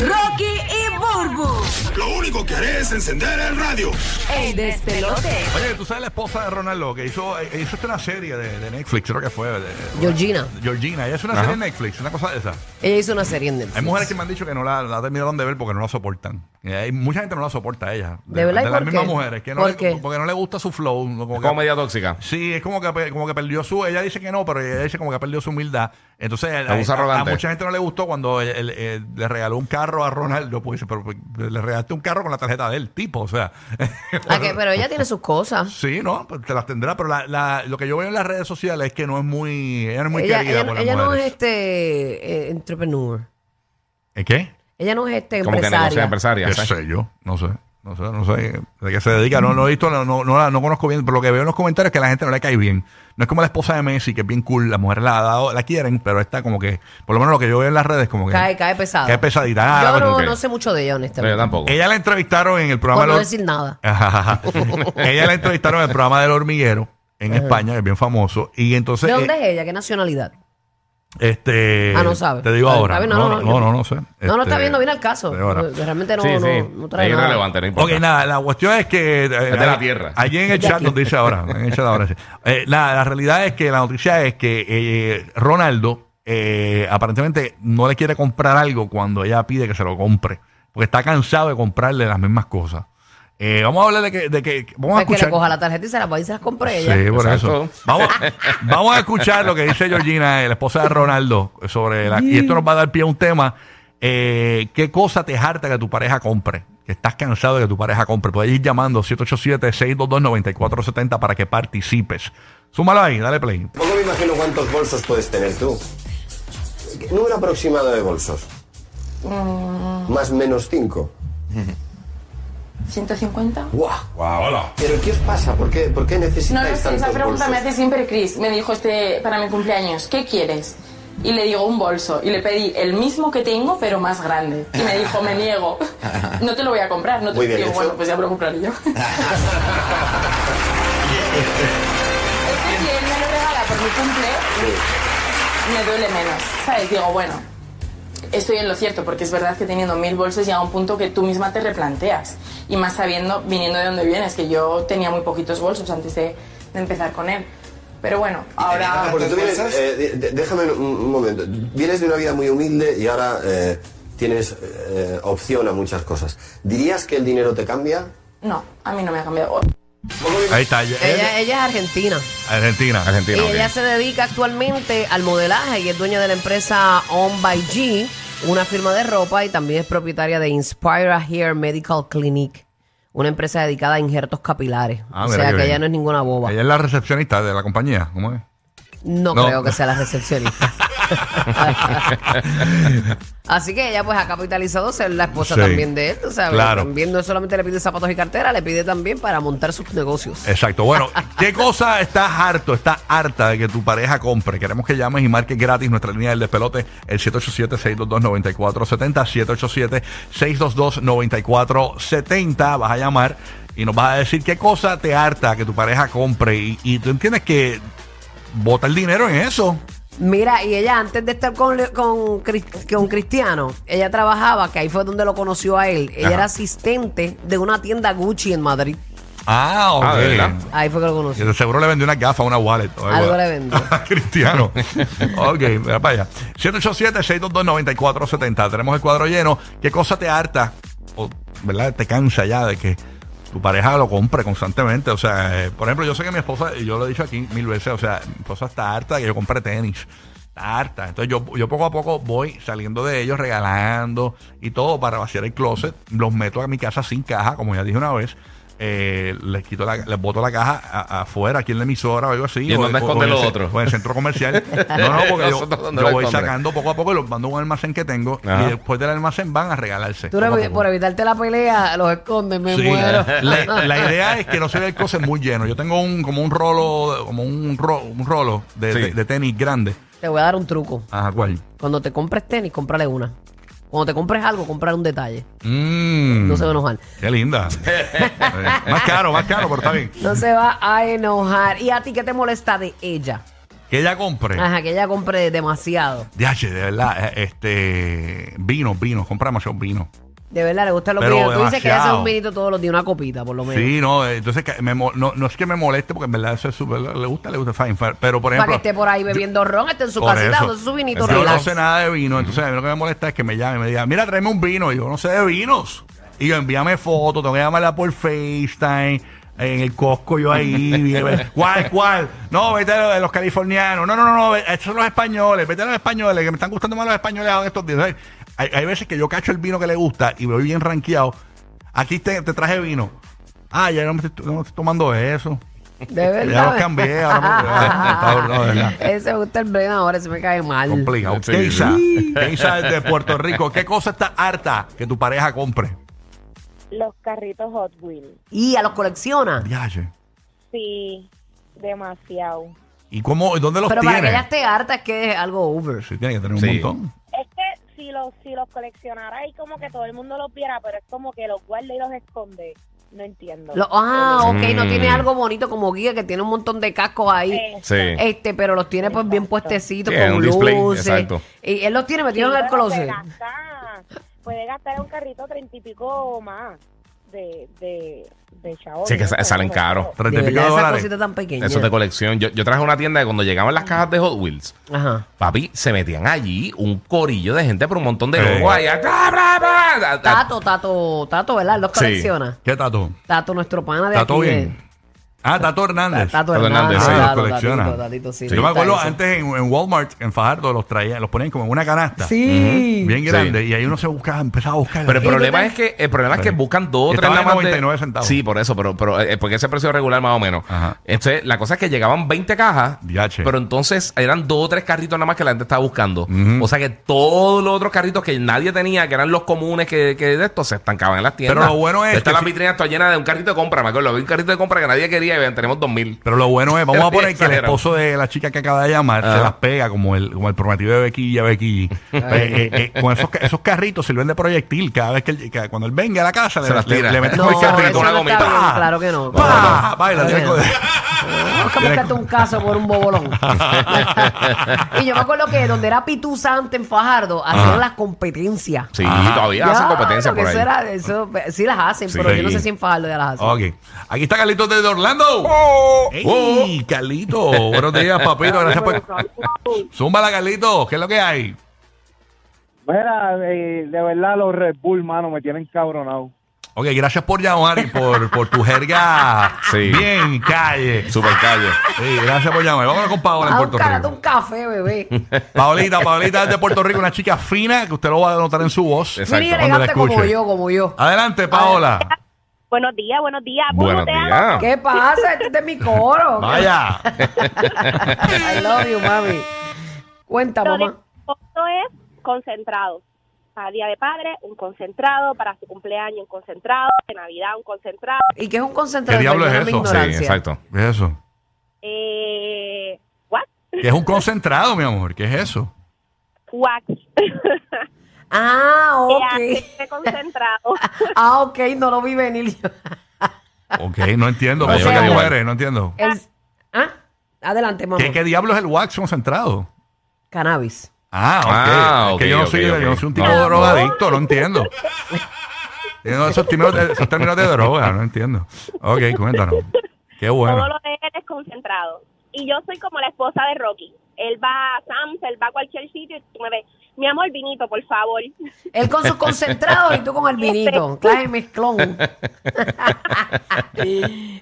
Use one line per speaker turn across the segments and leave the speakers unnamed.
Rocky y Burbu.
Lo único que haré es encender el radio.
El despelote.
Oye, tú sabes la esposa de Ronaldo que hizo, eh, hizo esta una serie de, de Netflix, creo que fue. de-
Georgina.
Georgina, ella es una serie de Netflix, una cosa de esa.
Ella hizo una serie en Netflix.
Hay mujeres que me han dicho que no la, la terminaron de ver porque no la soportan. Y hay mucha gente no la soporta a ella.
¿De verdad? ¿Y
las
por
mismas
qué?
mujeres. Que no
¿Por
le-
qué?
Porque no le gusta su flow. no como que-
Comedia tóxica.
sí, es como que, pe- como que perdió su... Ella dice que no, pero ella dice como que perdió su humildad. Entonces, a,
Abusa
a- a
arrogante.
mucha gente no le gustó cuando él- él- él le regaló un carro a Ronaldo. Pues, pero pues, le regalaste un carro con la tarjeta del tipo, o sea...
Ah, que- pero ella tiene sus cosas.
Sí, no, pues te las tendrá, pero la, la- lo que yo veo en las redes sociales es que no es muy, ella no es muy
ella
querida
ella-
por las
ella no es
mujeres.
este eh, entrepreneur.
¿Eh, ¿Qué?
Ella no es este
Como que negocia
empresaria.
empresaria.
¿Qué
¿sabes?
sé yo? No sé, no sé, no sé de qué se dedica. No, no he visto, no, no, no, la- no conozco bien, pero lo que veo en los comentarios es que a la gente no le cae bien. No es como la esposa de Messi, que es bien cool, la mujer la ha dado, la quieren, pero está como que, por lo menos lo que yo veo en las redes, como que
Cae, cae pesado.
cae pesadita. Ah,
Yo no,
como que-
no sé mucho de ella,
No, yo
honestamente.
tampoco.
Ella la entrevistaron en el programa
Por no
Los-
decir nada.
Ajá. ella la entrevistaron en el programa del hormiguero en España, que es bien famoso, y entonces
¿De
eh,
dónde es ella? ¿Qué nacionalidad?
Este.
Ah, no sabe.
Te digo
Ah,
ahora.
está bien,
no, no, no, no, sé.
No, no está
Este,
viendo bien el caso.
te digo ahora.
No, Realmente no,
sí,
no,
sí.
no
es
trae nada.
irrelevante, no importa.
Ok, nada, la cuestión es que. eh,
Es de la
ahí-
tierra.
Allí en el chat nos dice ahora. En el chat ahora sí. Eh, nada, la realidad es que la noticia es que eh, Ronaldo eh, aparentemente no le quiere comprar algo cuando ella pide que se lo compre. Porque está cansado de comprarle las mismas cosas. Eh, vamos a hablar de que. De que
Pues
vamos a
que
escuchar.
le coja la tarjeta y se la va y se las compre ella.
Sí, por
Exacto.
eso. Vamos, vamos a escuchar lo que dice Georgina, eh, la esposa de Ronaldo, sobre la, y esto nos va a dar pie a un tema. eh, ¿Qué cosa te harta que tu pareja compre? Que estás cansado de que tu pareja compre. Puedes ir llamando 787-622-9470 para que participes. Súmalo ahí, dale play.
Poco me imagino cuántos bolsos puedes tener tú. Número aproximado de bolsos.
Mm.
Más menos cinco.
150.
¡Guau!
Hola.
¿Pero qué os pasa? ¿Por qué, por qué
No lo
necesitáis
sé, esa
tantos
pregunta
bolsos?
me hace siempre Chris. Me dijo este para mi cumpleaños, ¿qué quieres? Y le digo un bolso. Y le pedí el mismo que tengo, pero más grande. Y me dijo, me niego. No te lo voy a comprar. No te
Muy bien
digo,
hecho.
bueno, pues ya me lo compraré yo. es que si él me lo regala por mi cumple, me duele menos. ¿Sabes? Digo, bueno, estoy en lo cierto, porque es verdad que teniendo mil bolsos llega un punto que tú misma te replanteas. Y más sabiendo, viniendo de donde vienes, que yo tenía muy poquitos bolsos antes de, de empezar con él. Pero bueno, ahora...
Porque tú vienes,
bolsas?
eh, de- de- déjame un, un momento. Vienes de una vida muy humilde y ahora eh, tienes eh, opción a muchas cosas. ¿Dirías que el dinero te cambia?
No, a mí no me ha cambiado.
Ahí está. ella-
Ella, ella es argentina.
Argentina.
Y
Argentina. ok.
ella se dedica actualmente al modelaje y es dueña de la empresa On by G, una firma de ropa y también es propietaria de Inspira Hair Medical Clinic, una empresa dedicada a injertos capilares.
Ah,
o
mira
sea
qué
que ella
bien.
no es ninguna boba.
Ella es la recepcionista de la compañía. ¿Cómo es?
No,
No.
creo que sea la recepcionista. Así que ella pues ha capitalizado ser la esposa
Sí.
también de él, tú ¿sabes?
Claro.
También no solamente le pide zapatos y cartera, le pide también para montar sus negocios.
Exacto. Bueno, ¿qué cosa estás harto, estás harta de que tu pareja compre? Queremos que llames y marques gratis nuestra línea del despelote, el 787-622-9470, 787-622-9470. Vas a llamar y nos vas a decir qué cosa te harta que tu pareja compre. Y, y tú entiendes que bota el dinero en eso.
Mira, y ella antes de estar con, Le- con, Cris- con Cristiano, ella trabajaba, que ahí fue donde lo conoció a él. Ella
Ajá.
era asistente de una tienda Gucci en Madrid.
Ah, ok.
Ah, ¿de verdad?
Ahí fue que lo
Y
conoció.
de seguro le vendió una gafa, una wallet. o
Algo le vendió.
Cristiano. ok, mira para allá. 787-622-9470. Tenemos el cuadro lleno. ¿Qué cosa te harta? O, ¿Verdad? Te cansa ya de que tu pareja lo compre constantemente. O sea, eh, por ejemplo, yo sé que mi esposa, y yo lo he dicho aquí mil veces, o sea, mi esposa está harta de que yo compre tenis. Está harta. Entonces yo, yo poco a poco voy saliendo de ellos, regalando y todo para vaciar el closet. Los meto a mi casa sin caja, como ya dije una vez. Eh, les quito la, les boto la caja a- afuera aquí en la emisora o algo así
¿Y en dónde esconde
en
lo
el ce-
otro?
o en el centro comercial. No, no, porque yo,
Nosotros dónde
yo
lo
voy
esconde.
sacando poco a poco y los mando a un almacén que tengo.
Ajá.
Y después del almacén van a regalarse.
Tú le-
poco a poco.
por evitarte la pelea, los escondes, me
Sí.
muero.
La, la idea es que no se vea el closet muy lleno. Yo tengo un, como un rolo, como un, ro- un rolo de,
Sí.
de- de tenis grande.
Te voy a dar un truco.
Ajá, ¿cuál?
Cuando te compres tenis, cómprale una. Cuando te compres algo, cómprale un detalle.
Mm,
No se va a enojar.
Qué linda. Eh, más caro, más caro, pero está bien.
No se va a enojar. ¿Y a ti qué te molesta de ella?
Que ella compre.
Ajá, que ella compre demasiado.
DH, de verdad, eh, este. Vinos, vinos, compra demasiado vino.
De verdad, le gustan los
Pero
vinos. Tú dices que ella hace
demasiado.
un vinito todos los días, una copita por lo menos.
Sí, no, eh, entonces que me mo- no, no es que me moleste, porque en verdad eso es súper. Le gusta, le gusta, fine. fine, Pero por
Para
ejemplo.
que esté por ahí bebiendo ron, esté en su
Por
casita,
eso.
dándose su vinito
Yo no
relax.
sé nada de vino, entonces a mí lo que me molesta es que me llame y me diga, mira, tráeme un vino. Y yo no sé de vinos. Y yo envíame fotos, tengo que llamarla por FaceTime. En el Costco yo ahí, y- ¿cuál, cuál? No, vete a los, a los californianos. No, no, no, no, estos son los españoles, vete a los españoles, que me están gustando más los españoles ahora estos días. ¿sabes? Hay, hay veces que yo cacho el vino que le gusta y me voy bien rankeado. Aquí te, te traje vino. Ah, ya no me estoy, no me estoy tomando eso.
De verdad.
Ya los cambié, ahora me- No, de verdad.
Ese me gusta el Bren ahora, se me cae mal.
Complicado.
Sí,
Keisa, Keisa de Puerto Rico, ¿qué cosa está harta que tu pareja compre?
Los carritos Hot Wheels.
y a los colecciona.
Diache.
Sí, demasiado.
¿Y cómo, y dónde los
Pero para que
tiene?
ella esté harta es que es algo over.
Sí, tiene que tener un
Sí.
montón.
Es que si los, si los coleccionara y como que todo el mundo los viera, pero es como que los guarda y los esconde. No entiendo.
Lo- ah, ok, no
Mm.
tiene algo bonito como guía que tiene un montón de cascos ahí.
Eh,
Sí.
Este, pero los tiene pues bien puestecitos
Sí, en
con
un display,
luces.
exacto.
Y él los tiene metidos en el
pero puede
closet.
gastar, puede gastar en un carrito treinta y pico más de, de, de chavos.
Sí, que sa- salen caros.
Treinta y
De
pico de
verdad, esa
dólares.
cosita tan pequeña.
Eso es de colección. Yo, yo traje una tienda que cuando llegaban las cajas de Hot Wheels,
Ajá.
papi, se metían allí un corillo de gente por un montón de
Eh.
Sí.
locos allá. Bla, bla, bla. A- a-
Tato, Tato, Tato, ¿verdad? Los
Sí.
colecciona.
¿Qué tatu?
Tato, nuestro pana de
¿Tatu
aquí. de-
bien? Ah, Tato Hernández.
Tato
Tato
Hernández.
Hernández, sí.
claro,
Ah, los colecciona.
Tatito, Tatito, sí,
Yo me
está
acuerdo
eso.
antes en, en Walmart, en Fajardo, los traían, los ponían como en una canasta.
Sí.
Bien grande. Y ahí uno se buscaba, empezaba a buscar.
Pero el
Y tú
problema
te-
es que el problema es que
Sí.
buscan dos o
Y
tres
estaba
nada
en
más de-
99 centavos.
Sí, por eso, pero, pero eh, porque ese precio regular más o menos.
Ajá.
Entonces, la cosa es que llegaban 20 cajas,
Diache.
pero entonces eran dos o tres carritos nada más que la gente estaba buscando. O sea que todos los otros carritos que nadie tenía, que eran los comunes que, que de estos, se estancaban en las tiendas.
Pero lo bueno es
Está
que
la
si-
vitrina toda llena de un carrito de compra, me acuerdo. Había un carrito de compra que nadie quería y vean, tenemos 2000.
Pero lo bueno es, vamos a poner que el
Exagerado.
esposo de la chica que acaba de llamar
Ajá.
se las pega como el, como el prometido de Bequilla, Bequilla. eh, con esos, ca- esos carritos sirven de proyectil. Cada vez que, él- que cuando él venga a la casa,
Se
le,
las
le-
tira.
le metes
No,
con el carrito.
eso
una
no
gomita.
está
bien,
¡Pah!
claro que no.
¡Pah!
No, no.
Baila, tiene
Claro que
co-
Tenemos que buscarte un caso por un bobolón. y yo me acuerdo que donde era Pitusa antes en Fajardo, hacían las competencias.
Sí,
Ajá.
todavía
Ya,
hacen competencia
lo
por
que
ahí.
eso era- eso- sí las hacen,
Sí.
pero yo no sé
Sí. Oh,
si en Fajardo ya las hacen.
Ok. Aquí está Carlitos desde Orlando. ¡Ey,
Oh.
Carlito! Buenos días, papito. Gracias
pues
por... Zúmbala, Carlito. ¿Qué es lo que hay?
Mira, de, de verdad los Red Bull, mano, me tienen cabronado.
Ok, gracias por llamar y por, por tu jerga
Sí.
bien calle.
Super calle.
Sí, gracias por llamar. Vámonos con Paola
Ah,
en
un
Puerto
carato,
Rico.
un café, bebé.
Paolita, Paolita es de Puerto Rico, una chica fina que usted lo va a notar en su voz.
Exacto,
Bien
cuando la
elegante como
escuche. Ah,
yo, como yo.
Adelante, Paola.
Buenos días, buenos días.
Buenos
te amo.
días.
¿Qué pasa? Este es de mi coro.
Vaya.
I love you, mami. Cuenta,
Lo de
mamá.
Esto es concentrado. Para Día de Padre, un concentrado. Para su cumpleaños, un concentrado. De Navidad, un concentrado.
¿Y qué es un
¿Qué
concentrado?
diablo es
Perdóname mi
eso?
Sí,
ignorancia.
exacto.
¿Qué es eso?
Eh, ¿What?
Que es un concentrado, mi amor. ¿Qué es eso?
Wax.
Ah,
Que
ok.
hace concentrado.
Ah, ok, no lo vi venir yo.
Ok, no entiendo.
No, yo
Cosas
creo
de
que-
mujeres, no entiendo.
El- ah, adelante, mamá.
¿Qué, ¿Qué diablo es el wax concentrado?
Cannabis.
Ah, ok.
Ah,
Es que
ok,
yo no
ok,
soy, yo
ok.
no soy un tipo
No, no.
drogadicto, no, entiendo. Entiendo esos términos, de, esos términos de droga, no entiendo. Ok, cuéntanos. Qué bueno.
Todo lo de él es concentrado. Y yo soy como la esposa de Rocky. Él va a Sam's, él va a cualquier sitio y tú me ves. Mi amor, vinito, por favor.
Él con sus concentrados y tú con el vinito. Clase de mezclón.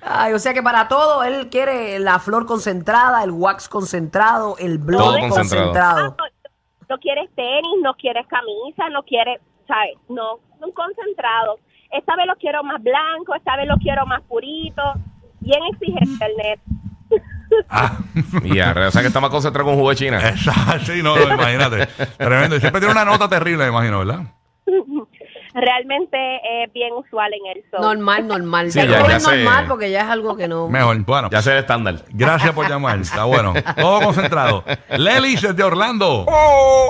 Ay, o sea que para todo él quiere la flor concentrada, el wax concentrado, el blog
Todo concentrado.
concentrado.
Ah, no, no quieres tenis, no quieres camisa, no quieres, ¿sabes? No, un concentrado. Esta vez lo quiero más blanco, esta vez lo quiero más purito. Bien exigente el net.
Ah,
Y ahora, o sea que está más concentrado con jugo de China.
esa- sí, no, no, imagínate. Tremendo. Y Siempre tiene una nota terrible, me imagino, ¿verdad?
Realmente es bien usual en el sol.
Normal, normal.
Sí,
Pero
ya-
no
ya
es
sé.
normal porque ya es algo que no.
Mejor. Bueno,
Ya sé el estándar.
gracias por llamar. Está bueno. Todo concentrado. Lelis desde Orlando.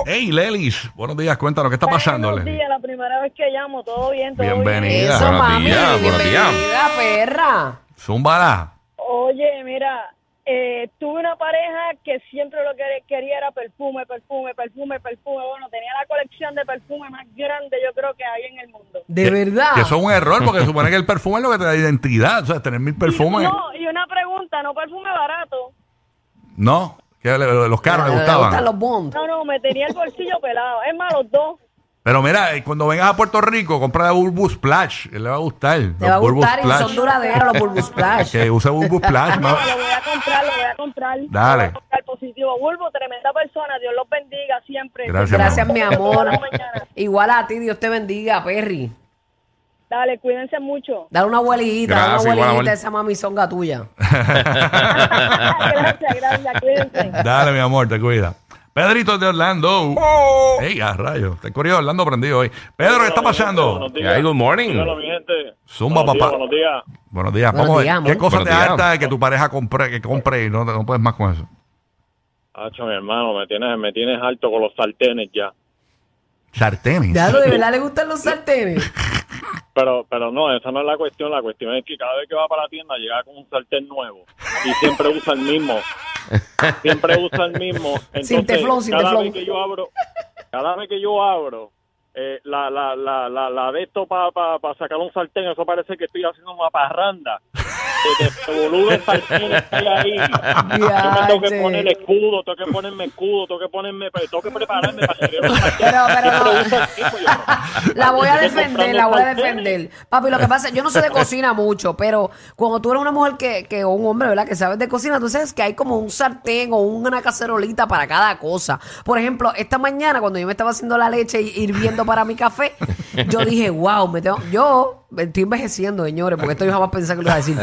Hey, Lelis. Buenos días. Cuéntanos, ¿qué está pasando, Lelis?
la primera vez que llamo, todo bien,
Bienvenida.
Eso,
Buenos
mami.
días, buenos días.
bienvenida, perra.
Zúmbala.
Oye, mira, eh, tuve una pareja que siempre lo que quería era perfume, perfume, perfume, perfume. Bueno, tenía la colección de perfume más grande yo creo que hay en el mundo.
De
Que-
verdad.
Que eso es un error porque se supone que el perfume es lo que te da identidad. O sea, tener mil perfumes.
Y, no, y una pregunta, no perfume barato.
No, que le- los caros le
Le
gustaban.
gustan los bonds.
No, no, me tenía el bolsillo pelado. Es más, los dos.
Pero mira, eh, cuando vengas a Puerto Rico, compra Bulbus Splash. Él le va a gustar.
Te va a
Los Bulbus
gustar y son
Splash.
duraderos los Bulbus Splash.
Que usa Bulbus Splash.
No,
ma-
Ah, lo voy a comprar, lo voy a comprar.
Dale.
Lo voy a comprar positivo. Bulbo, tremenda persona. Dios los bendiga siempre.
Gracias,
Gracias, mi amor.
Buenas mañanas.
Igual a ti, Dios te bendiga, Perry.
Dale, cuídense mucho.
Dale una abuelita, dale
Gracias,
una
igual, abuel-
abuelita a esa mamizonga tuya.
gracias, gracias, cuídense.
Dale, mi amor, te cuida. Pedrito de Orlando. Ey, a rayos. Te corrió Orlando prendido hoy. Pedro, ¿qué está pasando?
Hey, good morning.
Zumba, papá. Buenos días.
Buenos
Vamos
días,
a ver.
amor.
¿Qué cosa
Buenos
te
días.
harta que tu pareja compre, que compre y no, no puedes más con eso?
Hacho, mi hermano, me tienes, me tienes alto con los sartenes ya.
Sartenes.
Ya lo de verdad le gustan los sartenes.
Pero, pero no, esa no es la cuestión. La cuestión es que cada vez que va para la tienda llega con un sartén nuevo y siempre usa el mismo. Siempre usa el mismo. Entonces,
Sin teflón, sin
cada
teflón.
vez que yo abro, cada vez que yo abro eh, la, la, la, la, la de esto para pa, pa sacar un sartén, eso parece que estoy haciendo una parranda. Que de boludo el sartén esté ahí. Yo me tengo que
Diache.
poner escudo, tengo que ponerme escudo, tengo que ponerme, tengo que prepararme para que vea un sartén.
Pero, pero no.
Siempre usa el mismo, yo no.
La voy a
Estoy
defender,
comprando
la voy a
sartenes.
defender. Papi, lo que pasa, yo no sé de cocina mucho, pero cuando tú eres una mujer que, que o un hombre, ¿verdad? Que sabes de cocina, tú sabes que hay como un sartén o una cacerolita para cada cosa. Por ejemplo, esta mañana cuando yo me estaba haciendo la leche y hirviendo para mi café, yo dije, wow, me tengo, yo me estoy envejeciendo, señores, porque esto yo jamás pensé que lo iba a decir.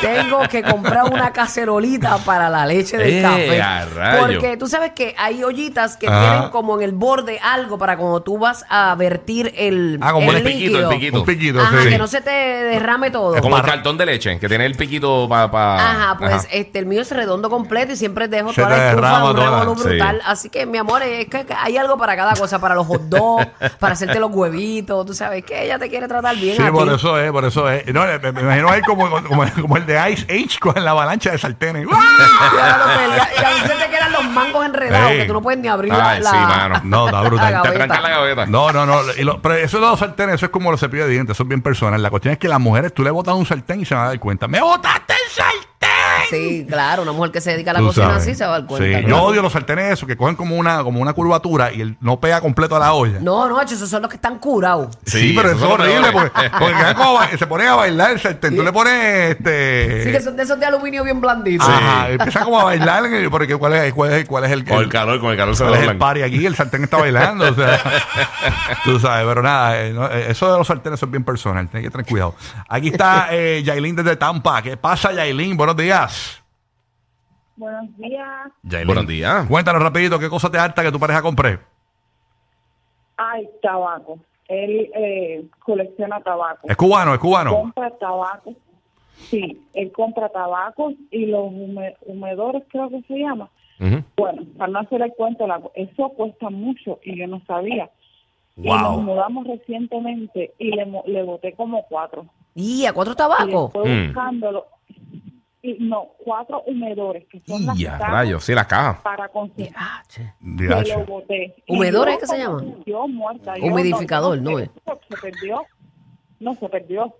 tengo que comprar una cacerolita para la leche del
Eh,
café.
a rayo.
Porque tú sabes que hay ollitas que
Ah.
tienen como en el borde algo para cuando tú vas a vertir el,
Ah, como
el piquito,
líquido.
el piquito.
Un piquito,
Ajá,
sí.
que no se te derrame todo.
Es como el cartón de leche, que tiene el piquito para...
Ajá, pues este, el mío es redondo completo y siempre dejo
Ah, Se
toda
te
la estufa
derrama
un
toda.
revolú
Sí.
brutal. Así que, mi amor, es que que hay algo para cada cosa, para los hot dogs, para hacerte los huevitos, tú sabes que ella te quiere tratar bien
Sí,
a
por
ti.
eso es, por eso es. No, me, me imagino ahí como, como, como el de Ice Age con la avalancha de sartenes. ¡Uah!
Ya lo pelea- Y a veces te quedan los mangos enredados
Sí.
que tú no puedes ni abrir la-
Ay,
la,
sí, mano.
No, está brutal.
La
Te
gaveta.
arranca la gaveta.
No, no, no. y lo- pero eso de los sartenes, eso es como los cepillos de dientes, eso es bien personal. La cuestión es que las mujeres, tú le botas un sartén y se van a dar cuenta. ¡Me botaste el sartén!
Sí, claro, una mujer que se dedica a la
Tú
cocina
sabes.
así se va a dar cuenta.
Sí,
claro.
Yo odio los sartenes esos que cogen como una, como una curvatura y el- no pega completo a la olla.
No, no, hecho, esos son los que están curados.
Sí, pero
esos
eso
son
es
los
horrible porque,
peores.
porque quedan como ba- se pone a bailar el sartén. Tú le pones este.
Sí, que son de esos de aluminio bien blanditos.
Ajá, empieza como a bailar. en el- Porque ¿cuál es, cuál es, cuál es el,
Con el calor, con el calor se
¿Cuál es el
doblan.
party aquí? El sartén está bailando. o sea, tú sabes, pero nada, eh, no, eh, eso de los sartenes eso es bien personal. Tienes que tener cuidado. Aquí está eh, Yailin desde Tampa. ¿Qué pasa, Yailin? Buenos días.
Buenos días.
Yailin. Buenos días.
Cuéntanos rapidito, ¿qué cosa te harta que tu pareja compre?
Ay, tabaco. Él eh, colecciona tabaco.
¿Es cubano? ¿Es cubano?
Compra tabaco. Sí, él compra tabaco y los hume- humedores, creo que se llama.
Ujú.
Bueno, para no hacer el cuento, la- eso cuesta mucho y yo no sabía. Y
Wow.
nos mudamos recientemente y le, mo- le boté como cuatro.
¿Y a cuatro
Y
tabacos?
después
Mm.
buscándolo. Y, no, cuatro humedores que son las
Y a
cajas
rayos, sí, las cajas.
para conseguir.
Ah, che.
Que lo
Diache.
boté.
¿Humedores
Y yo
que se
como
llama?
Yo muerta. yo
Humidificador,
no,
¿no
sé,
es?
Se perdió. No, se perdió.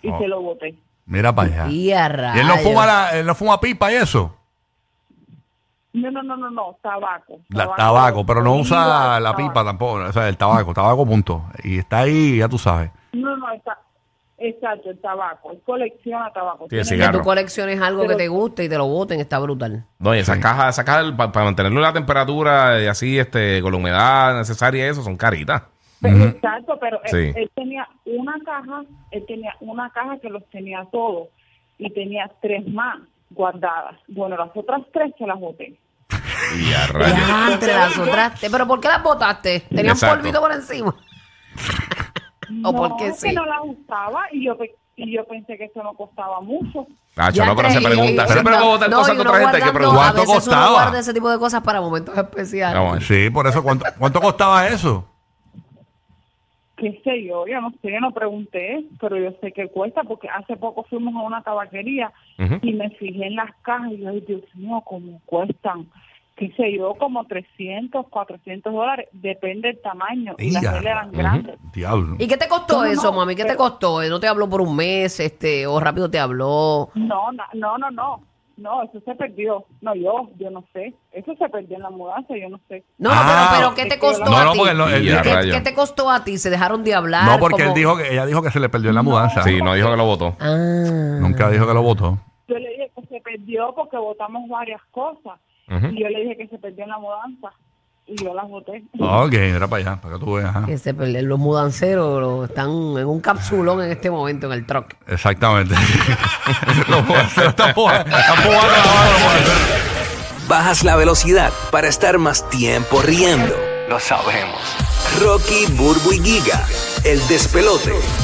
Y
Oh.
se lo boté.
Mira para allá. ¿Y
Y a rayos.
él no fuma, la- él no fuma pipa y eso?
No, no, no, no, no, tabaco.
La, tabaco, pero no usa
Igual,
la
tabaco.
pipa tampoco. O sea, el tabaco, tabaco punto. Y está ahí, ya tú sabes.
No, no, está, exacto, el tabaco. Él colecciona tabaco.
Sí, el
Tiene-
Que tú
cigarro.
colecciones algo
Pero-
que te guste y te lo boten, está brutal.
No, y esas cajas, esas cajas para mantenerlo en la temperatura y así, este, con la humedad necesaria y eso, son caritas.
Pero- Exacto, pero él,
Sí.
él tenía una caja, él tenía una caja que los tenía todos y tenía tres más guardadas. Bueno, las otras tres se las boté.
Y a rayos.
Ya, entre las otras. te- ¿Pero por qué las botaste? ¿Tenían
Exacto.
polvito por encima? ¿O por qué
no,
sí?
que no las usaba y yo, pe- y yo pensé que eso no costaba mucho.
Nacho,
Ya
no, pero
entre-
se pregunta.
y-
Siempre
no,
vamos a votar
no,
cosas
y
que
uno
otra gente hay que
guardando,
preguntar.
A
¿Cuánto
veces uno
costaba?
guarda ese tipo de cosas
Ah,
para momentos especiales.
Vamos a ver.
Sí, por eso, ¿cuánto, cuánto costaba eso?
qué sé yo, yo no sé, yo no pregunté, pero yo sé que cuesta porque hace poco fuimos a una tabaquería
Ujú.
y me fijé en las cajas y yo, ay Dios mío, cómo cuestan, qué sé yo, como 300, 400 dólares, depende del tamaño y las
Ya.
velas eran
Ujú.
grandes.
Diablo.
¿Y qué te costó
No, no,
eso,
no,
mami? ¿Qué te
pero-
costó? Eh, ¿No te habló por un mes, este, o rápido te habló?
No, na- no, no, no, no, eso se perdió, no yo, yo no sé, eso se perdió en la mudanza, yo no sé.
No, no,
Ah.
pero, pero ¿qué te costó
No,
a
no,
ti?
porque él no- él-
¿Qué,
Ya, rayo.
qué te costó a ti? ¿Se dejaron de hablar?
No, porque él
¿Cómo?
dijo que, ella dijo que se le perdió en la mudanza.
Sí, no dijo que lo votó.
Ah.
Nunca dijo que lo votó.
Yo le dije que se perdió porque votamos varias cosas
Ujú.
y yo le dije que se perdió en la mudanza y yo las voté.
Ok, era para allá, para que tú veas. ajá.
Que se perder. Los mudanceros los- están en un capsulón en este momento en el truck.
Exactamente. Los mudanceros están jugando están jugando la mano, los mudanceros.
Bajas la velocidad para estar más tiempo riendo. Lo sabemos. Rocky, Burbu y Giga, el despelote.